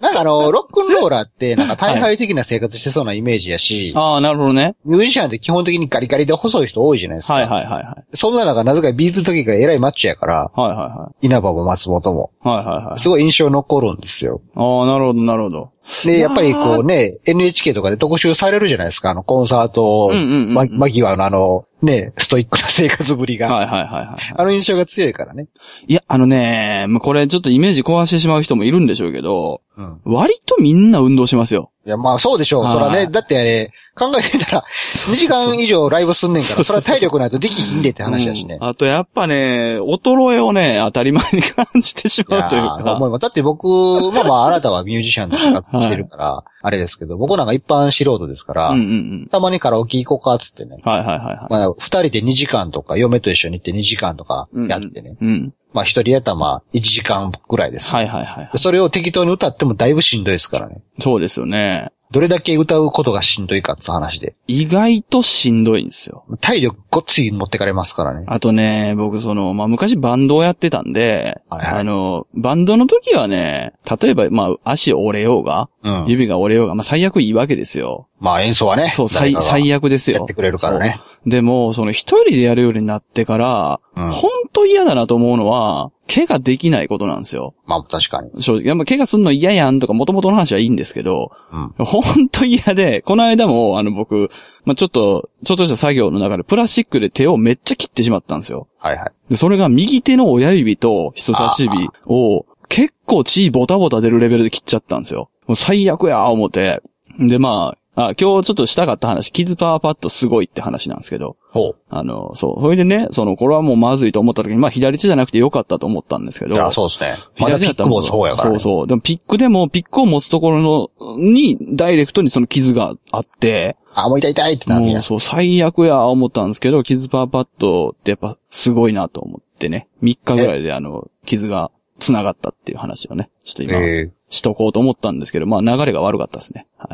[SPEAKER 2] なんかあの、ロックンローラーって、なんか大敗的な生活してそうなイメージやし、
[SPEAKER 1] ああ、なるほどね。
[SPEAKER 2] ミュージシャンって基本的にガリガリで細い人多いじゃないですか。
[SPEAKER 1] はいはいはいはい。
[SPEAKER 2] そんな中、なぜかビーズ時が偉いマッチやから、
[SPEAKER 1] はいはいは
[SPEAKER 2] 稲葉も松本も、
[SPEAKER 1] い。はいはいはい。
[SPEAKER 2] すごい印象残るんですよ。
[SPEAKER 1] ああ、なるほど、なるほど。
[SPEAKER 2] で、やっぱりこうね、NHK とかで特集されるじゃないですか、あの、コンサート、
[SPEAKER 1] うんうんうん
[SPEAKER 2] ま、間際のあの、ね、ストイックな生活ぶりが、
[SPEAKER 1] はいはいはいはい。
[SPEAKER 2] あの印象が強いからね。
[SPEAKER 1] いや、あのね、もうこれちょっとイメージ壊してしまう人もいるんでしょうけど、
[SPEAKER 2] うん。
[SPEAKER 1] 割とみんな運動しますよ。
[SPEAKER 2] いや、まあそうでしょう。
[SPEAKER 1] はい
[SPEAKER 2] そらね、だってあれ、考え てみたら、2時間以上ライブすんねんか
[SPEAKER 1] そう
[SPEAKER 2] ら、
[SPEAKER 1] そ
[SPEAKER 2] そう
[SPEAKER 1] そう
[SPEAKER 2] ら体力ないとできひんでって話だしね
[SPEAKER 1] うん。あとやっぱね、衰えをね、当たり前に感じてし
[SPEAKER 2] いや
[SPEAKER 1] まうという
[SPEAKER 2] ー思
[SPEAKER 1] か。
[SPEAKER 2] いますだって僕、まあまあ、あなたはミュージシャンとして活動してるから、あれですけど、僕なんか一般素人ですから、
[SPEAKER 1] うんうんうん。
[SPEAKER 2] たまにカラオケ行こうか、つってね。
[SPEAKER 1] はいはいはいは
[SPEAKER 2] まあ、二人で2時間とか、嫁と一緒に行って2時間とか
[SPEAKER 1] い。うんうん
[SPEAKER 2] やってね。。
[SPEAKER 1] うん。
[SPEAKER 2] まあ、一人やったらまあ、1時間ぐらいですよ。
[SPEAKER 1] はいはいはいはい。
[SPEAKER 2] それを適当に歌ってもだいぶしんどいですからね。
[SPEAKER 1] そうですよね。
[SPEAKER 2] どれだけ歌うことがしんどいかって話で。
[SPEAKER 1] 意外としんどいんですよ。
[SPEAKER 2] 体力ごっつい持ってかれますからね。
[SPEAKER 1] あとね、僕その、まあ、昔バンドをやってたんで、
[SPEAKER 2] はいはい
[SPEAKER 1] あの、バンドの時はね、例えば、まあ、足折れようが、
[SPEAKER 2] うん。
[SPEAKER 1] 指が折れようが、まあ、最悪いいわけですよ。
[SPEAKER 2] まあ、演奏はね。
[SPEAKER 1] そう、
[SPEAKER 2] 誰
[SPEAKER 1] 最、
[SPEAKER 2] かが
[SPEAKER 1] 最悪ですよ。
[SPEAKER 2] やってくれるからね。
[SPEAKER 1] そう。でも、その一人でやるようになってから、
[SPEAKER 2] うん。
[SPEAKER 1] ほんと嫌だなと思うのは、怪我できないことなんですよ。
[SPEAKER 2] まあ、確かに。
[SPEAKER 1] 正直。やっぱ怪我すんの嫌やんとか、元々の話はいいんですけど、
[SPEAKER 2] うん。
[SPEAKER 1] ほんと嫌で、この間も、あの僕、まあ、ちょっと、ちょっとした作業の中でプラスチックで手をめっちゃ切ってしまったんですよ。
[SPEAKER 2] はいはい。
[SPEAKER 1] で、それが右手の親指と人差し指を結構血ボタボタ出るレベルで切っちゃったんですよ。もう最悪や、思って。で、まあ、あ、今日ちょっとしたかった話、キッズパワーパッドすごいって話なんですけど、
[SPEAKER 2] ほ
[SPEAKER 1] あの、そう。それでね、その、これはもうまずいと思った時に、まあ左手じゃなくてよかったと思ったんですけ
[SPEAKER 2] う。
[SPEAKER 1] ど、
[SPEAKER 2] いや、そうですね。まだ
[SPEAKER 1] 左手
[SPEAKER 2] ピ
[SPEAKER 1] だっ
[SPEAKER 2] ッ
[SPEAKER 1] たら
[SPEAKER 2] クもそうやから、ね。
[SPEAKER 1] そうそう。でもピックでも、ピックを持つところの、に、ダイレクトにその傷があって、
[SPEAKER 2] あ、もう痛い痛いってなるん
[SPEAKER 1] も
[SPEAKER 2] や
[SPEAKER 1] う。そう、最悪や、思ったんですけど、傷パーパッドってやっぱすごいなと思ってね。3日ぐらいであの、傷が繋がったっていう話をね、ちょっと今、
[SPEAKER 2] ええ
[SPEAKER 1] しとこうと思ったんですけど、まあ流れが悪かったですね。 は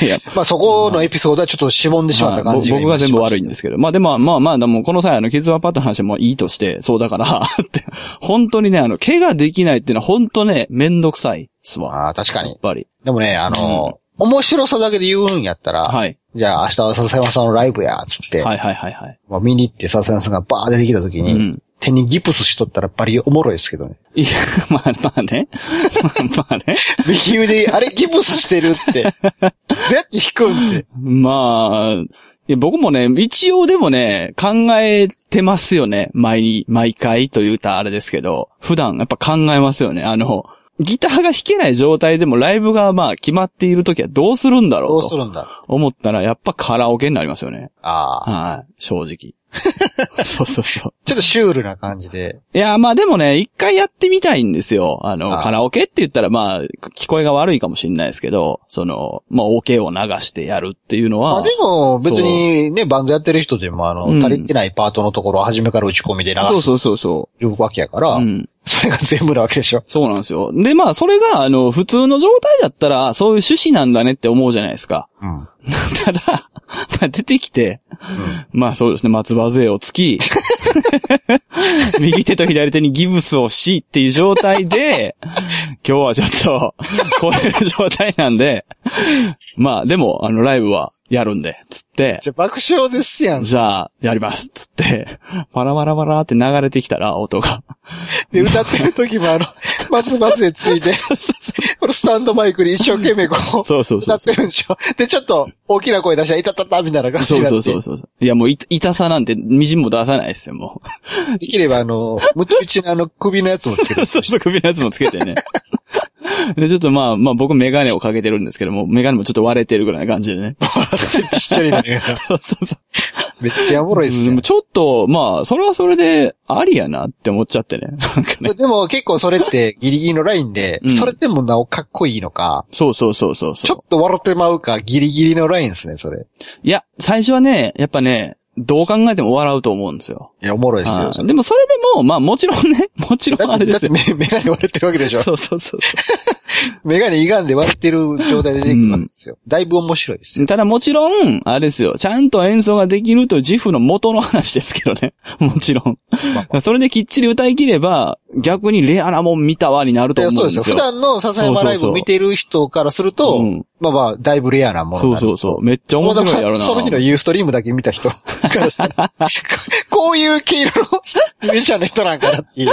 [SPEAKER 1] い。いや
[SPEAKER 2] まあそこのエピソードはちょっとしぼんでしまった感じ
[SPEAKER 1] はい僕僕が全部悪いん
[SPEAKER 2] す。
[SPEAKER 1] ですけど。まあでも、まあまあ、でもこの際、あの、傷パーパッドの話はもういいとして、そうだから、 って、本当にね、あの、怪我できないっていうのは本当ね、めんどくさいっすわ。
[SPEAKER 2] ああ、確か
[SPEAKER 1] やっ
[SPEAKER 2] に。
[SPEAKER 1] ぱり。
[SPEAKER 2] でもね、あの、面白さだけで言うんやったら、
[SPEAKER 1] はい。
[SPEAKER 2] じゃあ明日は笹山さんのライブや、つって、
[SPEAKER 1] はいはいはいはい。
[SPEAKER 2] まあ見に行って笹山さんがバー出てきた時
[SPEAKER 1] う
[SPEAKER 2] に、
[SPEAKER 1] ん。
[SPEAKER 2] 手にギプスしとったらバリおもろいですけどね。
[SPEAKER 1] いや、 まあまあね。 まあね。
[SPEAKER 2] 右腕、あれギプスしてるって。どうやって引くんって。
[SPEAKER 1] まあ、いや僕もね、一応でもね、考えてますよね。毎、毎回と言うたあれですけど、普段やっぱ考えますよね。あの、ギターが弾けない状態でもライブがまあ決まっている時はどうするんだろ
[SPEAKER 2] ど
[SPEAKER 1] う
[SPEAKER 2] うす
[SPEAKER 1] と
[SPEAKER 2] るんだ
[SPEAKER 1] 思ったらやっぱカラオケになりますよね。
[SPEAKER 2] ああ。
[SPEAKER 1] はい、正直。 そうそうそう。
[SPEAKER 2] ちょっとシュールな感じで。
[SPEAKER 1] いや、まあでもね、一回やってみたいんですよ。あの、
[SPEAKER 2] ああ
[SPEAKER 1] カラオケって言ったらまあ、聞こえが悪いかもしれないですけど、その、まあ OK を流してやるっていうの
[SPEAKER 2] ま
[SPEAKER 1] は。
[SPEAKER 2] あでも、別にね、バンドやってる人でも、あの、
[SPEAKER 1] うん
[SPEAKER 2] 足りてないパートのところを初めから打ち込みで流
[SPEAKER 1] そう
[SPEAKER 2] す
[SPEAKER 1] そうそうそ
[SPEAKER 2] わけやから、
[SPEAKER 1] う。うん。
[SPEAKER 2] それが全部なわけでしょ。
[SPEAKER 1] そうなんですよ。で、まあ、それが、あの、普通の状態だったら、そういう趣旨なんだねって思うじゃないですか。
[SPEAKER 2] うん。
[SPEAKER 1] ただ、まあ、出てきて、まあそうですね、松葉杖をつ き、右手と左手にギブスをしっていう状態で、今日はちょっと、こういう状態なんで、まあでも、あの、ライブはやるんで、つって、
[SPEAKER 2] じゃ、爆笑ですやん。
[SPEAKER 1] じゃあ、やります、つって、パラパラパラって流れてきたら、音が。
[SPEAKER 2] で、歌ってる時も あの、松松でついて、このスタンドマイクに一生懸命こう、
[SPEAKER 1] そうそうそ
[SPEAKER 2] 歌
[SPEAKER 1] う
[SPEAKER 2] っ。てるんでしょ。で、ちょっと大きな声出したら、いたたたみたいな感じ
[SPEAKER 1] そ
[SPEAKER 2] に
[SPEAKER 1] う
[SPEAKER 2] なって。
[SPEAKER 1] そうそうそうそう。いや、もうい、痛さなんて、みじんも出さないですよ、もう。
[SPEAKER 2] できればあの、むち打ちのあの首のやつも
[SPEAKER 1] そ
[SPEAKER 2] つけて
[SPEAKER 1] う。そうそう、首のやつもつけて ね。で、ちょっとまあ、まあ僕メガネをかけてるんですけども、メガネもちょっと割れてるぐらいな感じでね。
[SPEAKER 2] 一緒にね
[SPEAKER 1] そうそうそ
[SPEAKER 2] めっちゃおもろいっす
[SPEAKER 1] う。で
[SPEAKER 2] ね
[SPEAKER 1] も。ちょっと、まあ、それはそれでありやなって思っちゃってね。なんかね。
[SPEAKER 2] そうでも結構それってギリギリのラインで
[SPEAKER 1] うん、
[SPEAKER 2] それでもなおかっこいいのか、
[SPEAKER 1] そうそうそうそう
[SPEAKER 2] ち
[SPEAKER 1] そ
[SPEAKER 2] ょ
[SPEAKER 1] う。
[SPEAKER 2] っと笑ってまうかギリギリのラインですね、それ。
[SPEAKER 1] いや、最初はね、やっぱね、どう考えても笑うと思うんですよ。
[SPEAKER 2] いや、おもろいですよ
[SPEAKER 1] はい。でもそれでも、まあもちろんね、もちろん
[SPEAKER 2] だ
[SPEAKER 1] あ
[SPEAKER 2] っ
[SPEAKER 1] れ
[SPEAKER 2] て、
[SPEAKER 1] で
[SPEAKER 2] だっ
[SPEAKER 1] す
[SPEAKER 2] て
[SPEAKER 1] よ。
[SPEAKER 2] メ メガネ割れてるわけでしょ。
[SPEAKER 1] そうそうそうそ
[SPEAKER 2] メガネ歪んで割れてる状態で出てくるわけですよ。だいぶ面白いです
[SPEAKER 1] う。
[SPEAKER 2] よ。
[SPEAKER 1] ただもちろん、あれですよ。ちゃんと演奏ができるという自負の元の話ですけどね。 もちろん。それできっちり歌い切れば、逆にレアなもん見たわになると
[SPEAKER 2] いや
[SPEAKER 1] 思
[SPEAKER 2] そううんです
[SPEAKER 1] で
[SPEAKER 2] よ。
[SPEAKER 1] す
[SPEAKER 2] 普
[SPEAKER 1] よ。
[SPEAKER 2] 段の笹山ライブを見てる人からすると、
[SPEAKER 1] うん
[SPEAKER 2] まあまあ、だいぶレアなもの
[SPEAKER 1] そ
[SPEAKER 2] に
[SPEAKER 1] う
[SPEAKER 2] なる
[SPEAKER 1] そうそう。めっちゃ面白いやろな。
[SPEAKER 2] その日のユーストリームだけ見た人からした ら、こういう黄色のミュージシャンの人なんかなっていう。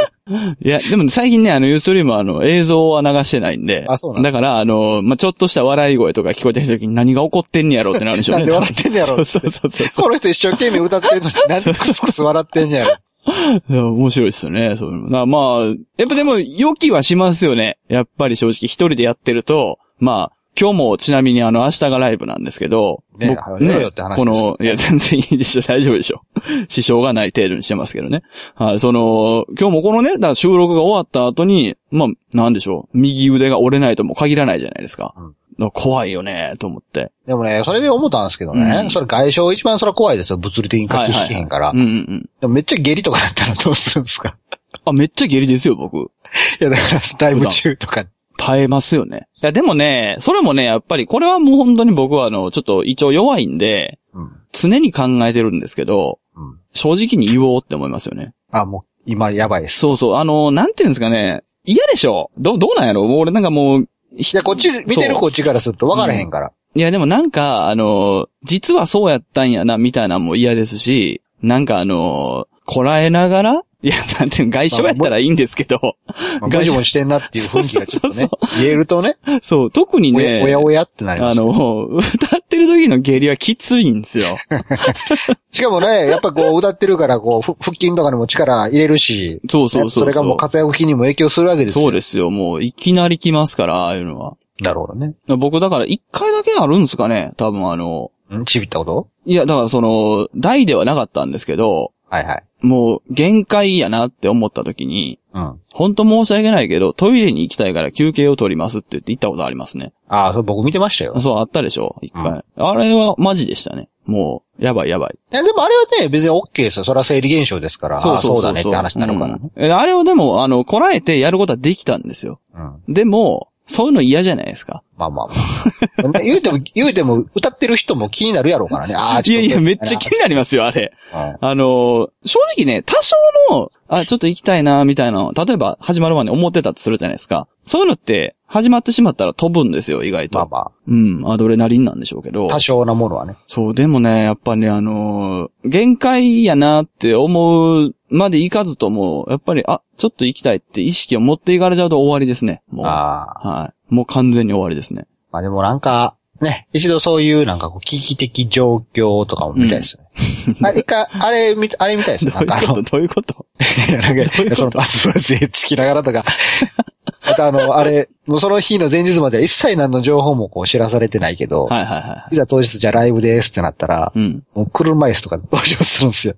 [SPEAKER 1] いや、でも最近ね、あの、ユーストリームはあの、映像は流してないんで。
[SPEAKER 2] あそうなん
[SPEAKER 1] だから、あの、まあ、ちょっとした笑い声とか聞こえてきた時に何が起こってんねやろうってなるでしょう
[SPEAKER 2] な
[SPEAKER 1] ね。
[SPEAKER 2] んで笑ってんねや ろ。
[SPEAKER 1] そうそうそうそ
[SPEAKER 2] この人一生懸命歌ってるのに、なんでクスクス笑ってんねや ろ。
[SPEAKER 1] う。いや面白いですよね。そういうのなまあ、やっぱでも、良きはしますよね。やっぱり正直、一人でやってると、まあ、今日もちなみにあの、明日がライブなんですけど、
[SPEAKER 2] ね
[SPEAKER 1] 僕
[SPEAKER 2] 早寝ろよって話
[SPEAKER 1] こ
[SPEAKER 2] です
[SPEAKER 1] の
[SPEAKER 2] よ、
[SPEAKER 1] いや、全然いいでしょ、大丈夫でしょ。支障がない程度にしてますけどね。はい、その、今日もこのね、だから収録が終わった後に、まあ、なんでしょう、右腕が折れないとも限らないじゃないですか。
[SPEAKER 2] うん
[SPEAKER 1] だから怖いよね、と思って。
[SPEAKER 2] でもね、それで思ったんですけどね、
[SPEAKER 1] うん
[SPEAKER 2] それ外傷一番それは怖いですよ。物理的に駆け引けへんから。
[SPEAKER 1] うんうんうん。
[SPEAKER 2] でもめっちゃ下痢とかだったらどうするんですか
[SPEAKER 1] あ、めっちゃ下痢ですよ、僕。
[SPEAKER 2] いや、だから、ライブ中とか。
[SPEAKER 1] 耐えますよね。いや、でもね、それもね、やっぱりこれはもう本当に僕はあの、ちょっと一応弱いんで、
[SPEAKER 2] うん。
[SPEAKER 1] 常に考えてるんですけど、
[SPEAKER 2] うん。
[SPEAKER 1] 正直に言おうって思いますよね。
[SPEAKER 2] あ、もう、今やばいです。
[SPEAKER 1] そうそう、あの、なんていうんですかね、嫌でしょど、どうなんやろもう俺なんかもう、
[SPEAKER 2] いや、こっち、見てるこっちからすると分からへんから。
[SPEAKER 1] いや、でもなんか、あの、実はそうやったんやな、みたいなのも嫌ですし、なんかあの、こらえながらいや、なんていうの、外傷やったらいいんですけど、
[SPEAKER 2] まあ、もじもじしてんなっていう雰囲気がちょっと ね、言えるとね、
[SPEAKER 1] そう、特に
[SPEAKER 2] おやおや
[SPEAKER 1] ね、
[SPEAKER 2] おやってなりま
[SPEAKER 1] あ
[SPEAKER 2] す。
[SPEAKER 1] の、歌ってる時の下痢はきついんですよ。
[SPEAKER 2] しかもね、やっぱこう歌ってるから、こう、ふ腹筋とかにも力入れるし、
[SPEAKER 1] そうそうそうそう。
[SPEAKER 2] ねれがもう活躍期にも影響するわけですよ。
[SPEAKER 1] そうですよ、もう、いきなり来ますから、ああいうのは。
[SPEAKER 2] なるほどね。
[SPEAKER 1] 僕、だから、一回だけあるんですかね多分あの、
[SPEAKER 2] んちびったこと
[SPEAKER 1] いや、だからその、大ではなかったんですけど、
[SPEAKER 2] はいはい。
[SPEAKER 1] もう、限界やなって思った時に、
[SPEAKER 2] うん。
[SPEAKER 1] 本当申し訳ないけど、トイレに行きたいから休憩を取りますって言って行ったことありますね。
[SPEAKER 2] ああ、それ僕見てましたよ。
[SPEAKER 1] そう、あったでしょ一回、あれはマジでしたね。もう、やばいやばい。
[SPEAKER 2] いやでもあれはね、別に OK ですよ。それは生理現象ですから、ああそうだねって話になるからね。
[SPEAKER 1] うんえあれをでも、あの、こらえてやることはできたんですよ。
[SPEAKER 2] うん。
[SPEAKER 1] でも、そういうの嫌じゃないですか。
[SPEAKER 2] まあまあまあ。 ね言うても、言うても、歌ってる人も気になるやろうから ね。ああ、
[SPEAKER 1] い
[SPEAKER 2] ち
[SPEAKER 1] や
[SPEAKER 2] ょっと
[SPEAKER 1] いや、めっちゃ気になりますよ、あれ。
[SPEAKER 2] うん
[SPEAKER 1] あの、正直ね、多少の、あ、ちょっと行きたいな、みたいなの、例えば始まるまで思ってたとするじゃないですか。そういうのって、始まってしまったら飛ぶんですよ、意外と。
[SPEAKER 2] まあま
[SPEAKER 1] うん、アドレナリンなんでしょうけど。
[SPEAKER 2] あ、多少なものはね。
[SPEAKER 1] そう、でもね、やっぱね、あのー限界やなって思うまで行かずとも、やっぱり、あ、ちょっと行きたいって意識を持っていかれちゃうと終わりですね。もう。
[SPEAKER 2] ああ。
[SPEAKER 1] はい。もう完全に終わりです ね。
[SPEAKER 2] まあでもなんか、ね、一度そういうなんかこう危機的状況とかも見たいですよね。あれ、一回、あれ見、あれ見たいです
[SPEAKER 1] ど
[SPEAKER 2] ね。な
[SPEAKER 1] うん
[SPEAKER 2] かあ
[SPEAKER 1] いうこ
[SPEAKER 2] の
[SPEAKER 1] と、、どういうこと
[SPEAKER 2] なん
[SPEAKER 1] どういうこと
[SPEAKER 2] か、そのパスワードつきながらとか。 あとあの、あれ、もうその日の前日までは一切何の情報もこう知らされてないけど、、
[SPEAKER 1] はいはいはい
[SPEAKER 2] ざ当日じゃあライブですってなったら
[SPEAKER 1] い。、うん。
[SPEAKER 2] もう車椅子とかで登場するんで すよ。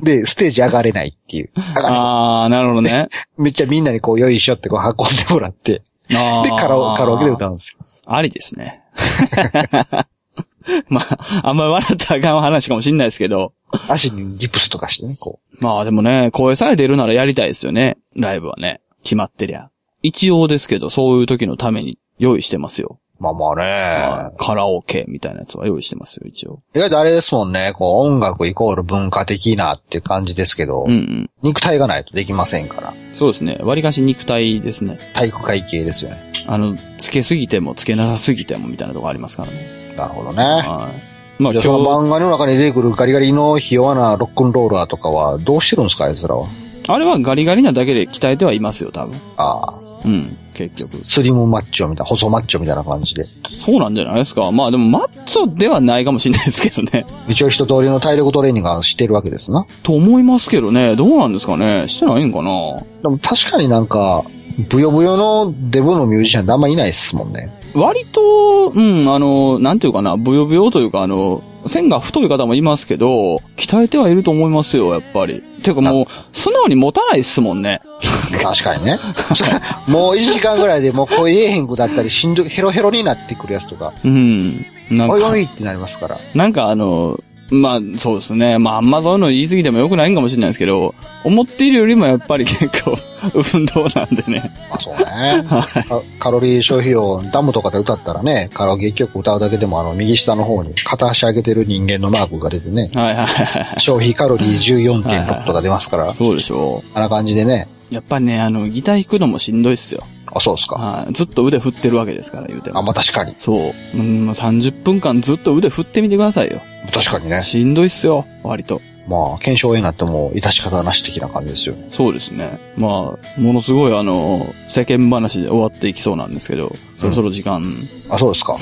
[SPEAKER 2] で、ステージ上がれないっていう。上がれ
[SPEAKER 1] ああ、なるほどね。
[SPEAKER 2] めっちゃみんなにこう、よいしょってこう運んでもらって、
[SPEAKER 1] あ
[SPEAKER 2] で、
[SPEAKER 1] ー
[SPEAKER 2] カラオカラオケで歌うんですよ。
[SPEAKER 1] ありですね。 まあ、あんまり笑ったらあかん話かもしんないですけど。
[SPEAKER 2] 足にギプスとかしてね、こう。
[SPEAKER 1] まあでもね、声さえ出るならやりたいですよね。ライブはね。決まってりゃ。一応ですけど、そういう時のために用意してますよ。
[SPEAKER 2] まあまあね、
[SPEAKER 1] はいカラオケみたいなやつは用意してますよ、一応。
[SPEAKER 2] 意外とあれですもんね、こう音楽イコール文化的なっていう感じですけど、
[SPEAKER 1] うんうん。
[SPEAKER 2] 肉体がないとできませんから、
[SPEAKER 1] そうですね。割りかし肉体ですね。
[SPEAKER 2] 体育会系ですよね。
[SPEAKER 1] あの、つけすぎてもつけなさすぎてもみたいなとこありますからね。
[SPEAKER 2] なるほどね。
[SPEAKER 1] はい。まあ今
[SPEAKER 2] じゃあその
[SPEAKER 1] 日、
[SPEAKER 2] 漫画の中に出てくるガリガリのひ弱なロックンローラーとかはどうしてるんですか、あいつらは。
[SPEAKER 1] あれはガリガリなだけで鍛えてはいますよ、多分。
[SPEAKER 2] ああ、
[SPEAKER 1] うん、結局。
[SPEAKER 2] スリムマッチョみたいな、細マッチョみたいな感じで。
[SPEAKER 1] そうなんじゃないですか。まあでも、マッチョではないかもしれないですけどね。
[SPEAKER 2] 一応一通りの体力トレーニングはしてるわけですな。
[SPEAKER 1] と思いますけどね。どうなんですかね。してないんかな。
[SPEAKER 2] でも確かになんか、ブヨブヨのデブのミュージシャンってあんまいないですもんね。
[SPEAKER 1] 割と、うん、あの、なんていうかな、ブヨブヨというか、あの、線が太い方もいますけど、鍛えてはいると思いますよ、やっぱり。ていうかもう、素直に持たないですもんね。
[SPEAKER 2] 確かにね。 もう1時間ぐらいでもう声言えへんくだったり、しんどい、ヘロヘロになってくるやつとか、
[SPEAKER 1] うん。なん
[SPEAKER 2] お
[SPEAKER 1] か
[SPEAKER 2] い、おいってなりますから。
[SPEAKER 1] なんかあの、まあ、そうですね。まあ、あんまそういうの言い過ぎても良くないんかもしれないですけど、思っているよりもやっぱり結構、 運動なんでね。
[SPEAKER 2] まあそうね。カカロリー消費をダムとかで歌ったらね、カラオケ一曲歌うだけでもあの右下の方に片足上げてる人間のマークが出てね、
[SPEAKER 1] はいはいはい。
[SPEAKER 2] 消費カロリー14.6とか出ますから、
[SPEAKER 1] そうでしょう。
[SPEAKER 2] あんな感じでね。
[SPEAKER 1] やっぱね、あの、ギター弾くのもしんどいっすよ。
[SPEAKER 2] あ、そうですか。
[SPEAKER 1] はい。ずっと腕振ってるわけですから、言うて
[SPEAKER 2] あ、
[SPEAKER 1] も。
[SPEAKER 2] まあ確かに。
[SPEAKER 1] そう。うん、まあ30分間ずっと腕振ってみてくださいよ。
[SPEAKER 2] 確かにね。
[SPEAKER 1] しんどいっすよ、割と。
[SPEAKER 2] まあ、検証絵になっても、致し方なし的な感じですよね。
[SPEAKER 1] そうですね。まあ、ものすごいあの、世間話で終わっていきそうなんですけど、そろそろ時間。
[SPEAKER 2] あ、そ うですか。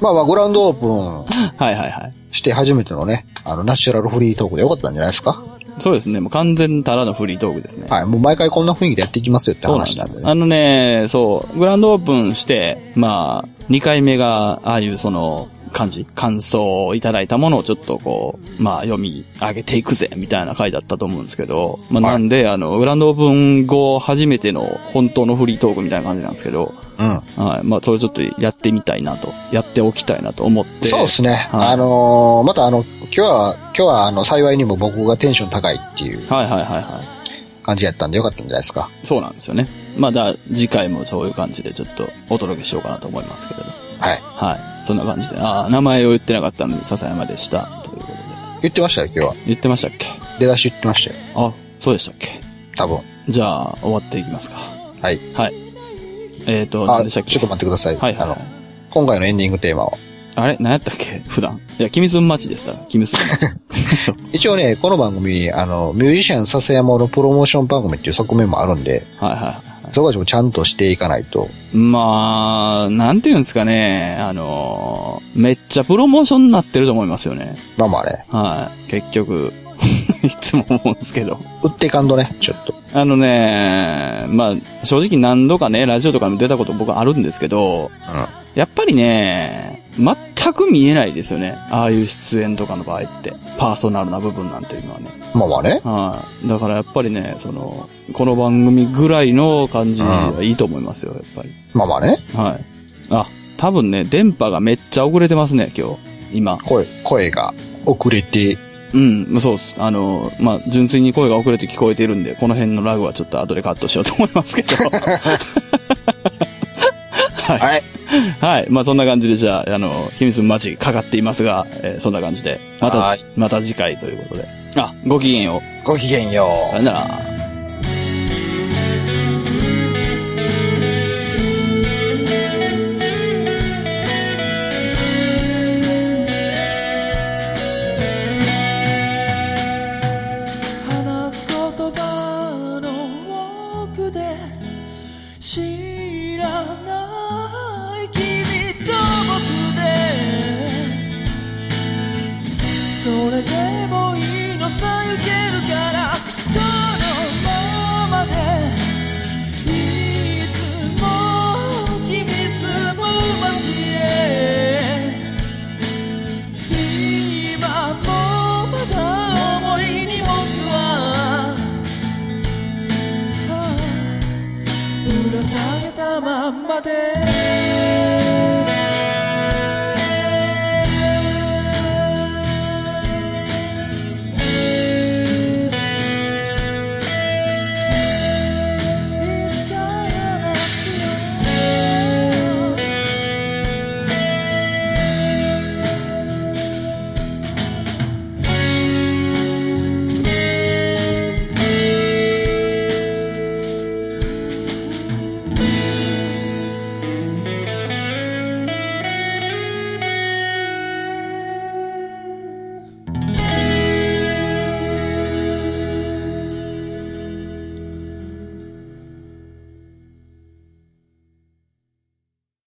[SPEAKER 2] まあまあ、グランドオープン
[SPEAKER 1] はいはいはい。
[SPEAKER 2] して初めてのね、あの、ナチュラルフリートークでよかったんじゃないですか。
[SPEAKER 1] そうですね。もう完全たらのフリートークですね。
[SPEAKER 2] はい。もう毎回こんな雰囲気でやっていきますよって
[SPEAKER 1] そうなんです
[SPEAKER 2] 話なんでね。
[SPEAKER 1] あのね、そう、グランドオープンして、まあ、2回目が、ああいうその、感じ、感想をいただいたものをちょっとこう、まあ、読み上げていくぜ、みたいな回だったと思うんですけど、まあ、
[SPEAKER 2] はい
[SPEAKER 1] なんで、あの、グランドオープン後初めての本当のフリートークみたいな感じなんですけど、
[SPEAKER 2] うん。
[SPEAKER 1] はい、まあ、それちょっとやってみたいなと、やっておきたいなと思って。
[SPEAKER 2] そうですね。
[SPEAKER 1] はい
[SPEAKER 2] あのーまたあの、今日は、今日はあの、幸いにも僕がテンション高いっていう
[SPEAKER 1] はいはいはいはい。
[SPEAKER 2] 感じやったんでよかったんじゃないですか。
[SPEAKER 1] そうなんですよね。まあ、だ、次回もそういう感じでちょっとお届けしようかなと思いますけれど。
[SPEAKER 2] はい。
[SPEAKER 1] はい。そんな感じで。ああ、名前を言ってなかったので、笹山でした。ということで。
[SPEAKER 2] 言ってましたよ、今日は。
[SPEAKER 1] 言ってましたっけ
[SPEAKER 2] 出だし言ってましたよ。
[SPEAKER 1] あ、そうでしたっけ
[SPEAKER 2] 多分。
[SPEAKER 1] じゃあ、終わっていきますか。
[SPEAKER 2] はい。
[SPEAKER 1] はい。えっ、ー、と、何
[SPEAKER 2] あ、
[SPEAKER 1] でしたっけ
[SPEAKER 2] ちょっと待ってください。
[SPEAKER 1] はい、
[SPEAKER 2] あ
[SPEAKER 1] は
[SPEAKER 2] の
[SPEAKER 1] い、。
[SPEAKER 2] 今回のエンディングテーマは。
[SPEAKER 1] あれ何やったっけ普段。いや、キミスンマチでした。キミスンマチ。
[SPEAKER 2] 一応ね、この番組、あの、ミュージシャン笹山のプロモーション番組っていう側面もあるんで、
[SPEAKER 1] はいはいは
[SPEAKER 2] そこはちょっとちゃんとしていかないと。
[SPEAKER 1] い。まあ、なんていうんですかね。あのーめっちゃプロモーションになってると思いますよね。
[SPEAKER 2] まあまあね、
[SPEAKER 1] はい。結局、 いつも思うんですけど。
[SPEAKER 2] 売っていかんとね、ちょっと。
[SPEAKER 1] あのね、まあ、正直何度かね、ラジオとかに出たこと僕あるんですけど、
[SPEAKER 2] う
[SPEAKER 1] やっぱりね、全く見えないですよね。ああいう出演とかの場合って。パーソナルな部分なんていうのはね。
[SPEAKER 2] ん。まあまあね。
[SPEAKER 1] はい。だからやっぱりね、その、この番組ぐらいの感じはいいと思いますよ、やっぱり。
[SPEAKER 2] まあまあね。
[SPEAKER 1] はい。あ、多分ね、電波がめっちゃ遅れてますね、今日。今。
[SPEAKER 2] 声、声が遅れて、
[SPEAKER 1] うん、そうっす。あの、まあ、純粋に声が遅れて聞こえてるんで、この辺のラグはちょっと後でカットしようと思いますけど。はい。
[SPEAKER 2] はい。
[SPEAKER 1] はい。まあ、そんな感じで、じゃあ、あの、秘密の街かかっていますが、えーそんな感じで、また
[SPEAKER 2] はい、
[SPEAKER 1] また次回ということで。あ、ごきげんよう。
[SPEAKER 2] ごきげんよう
[SPEAKER 1] さよ。なら。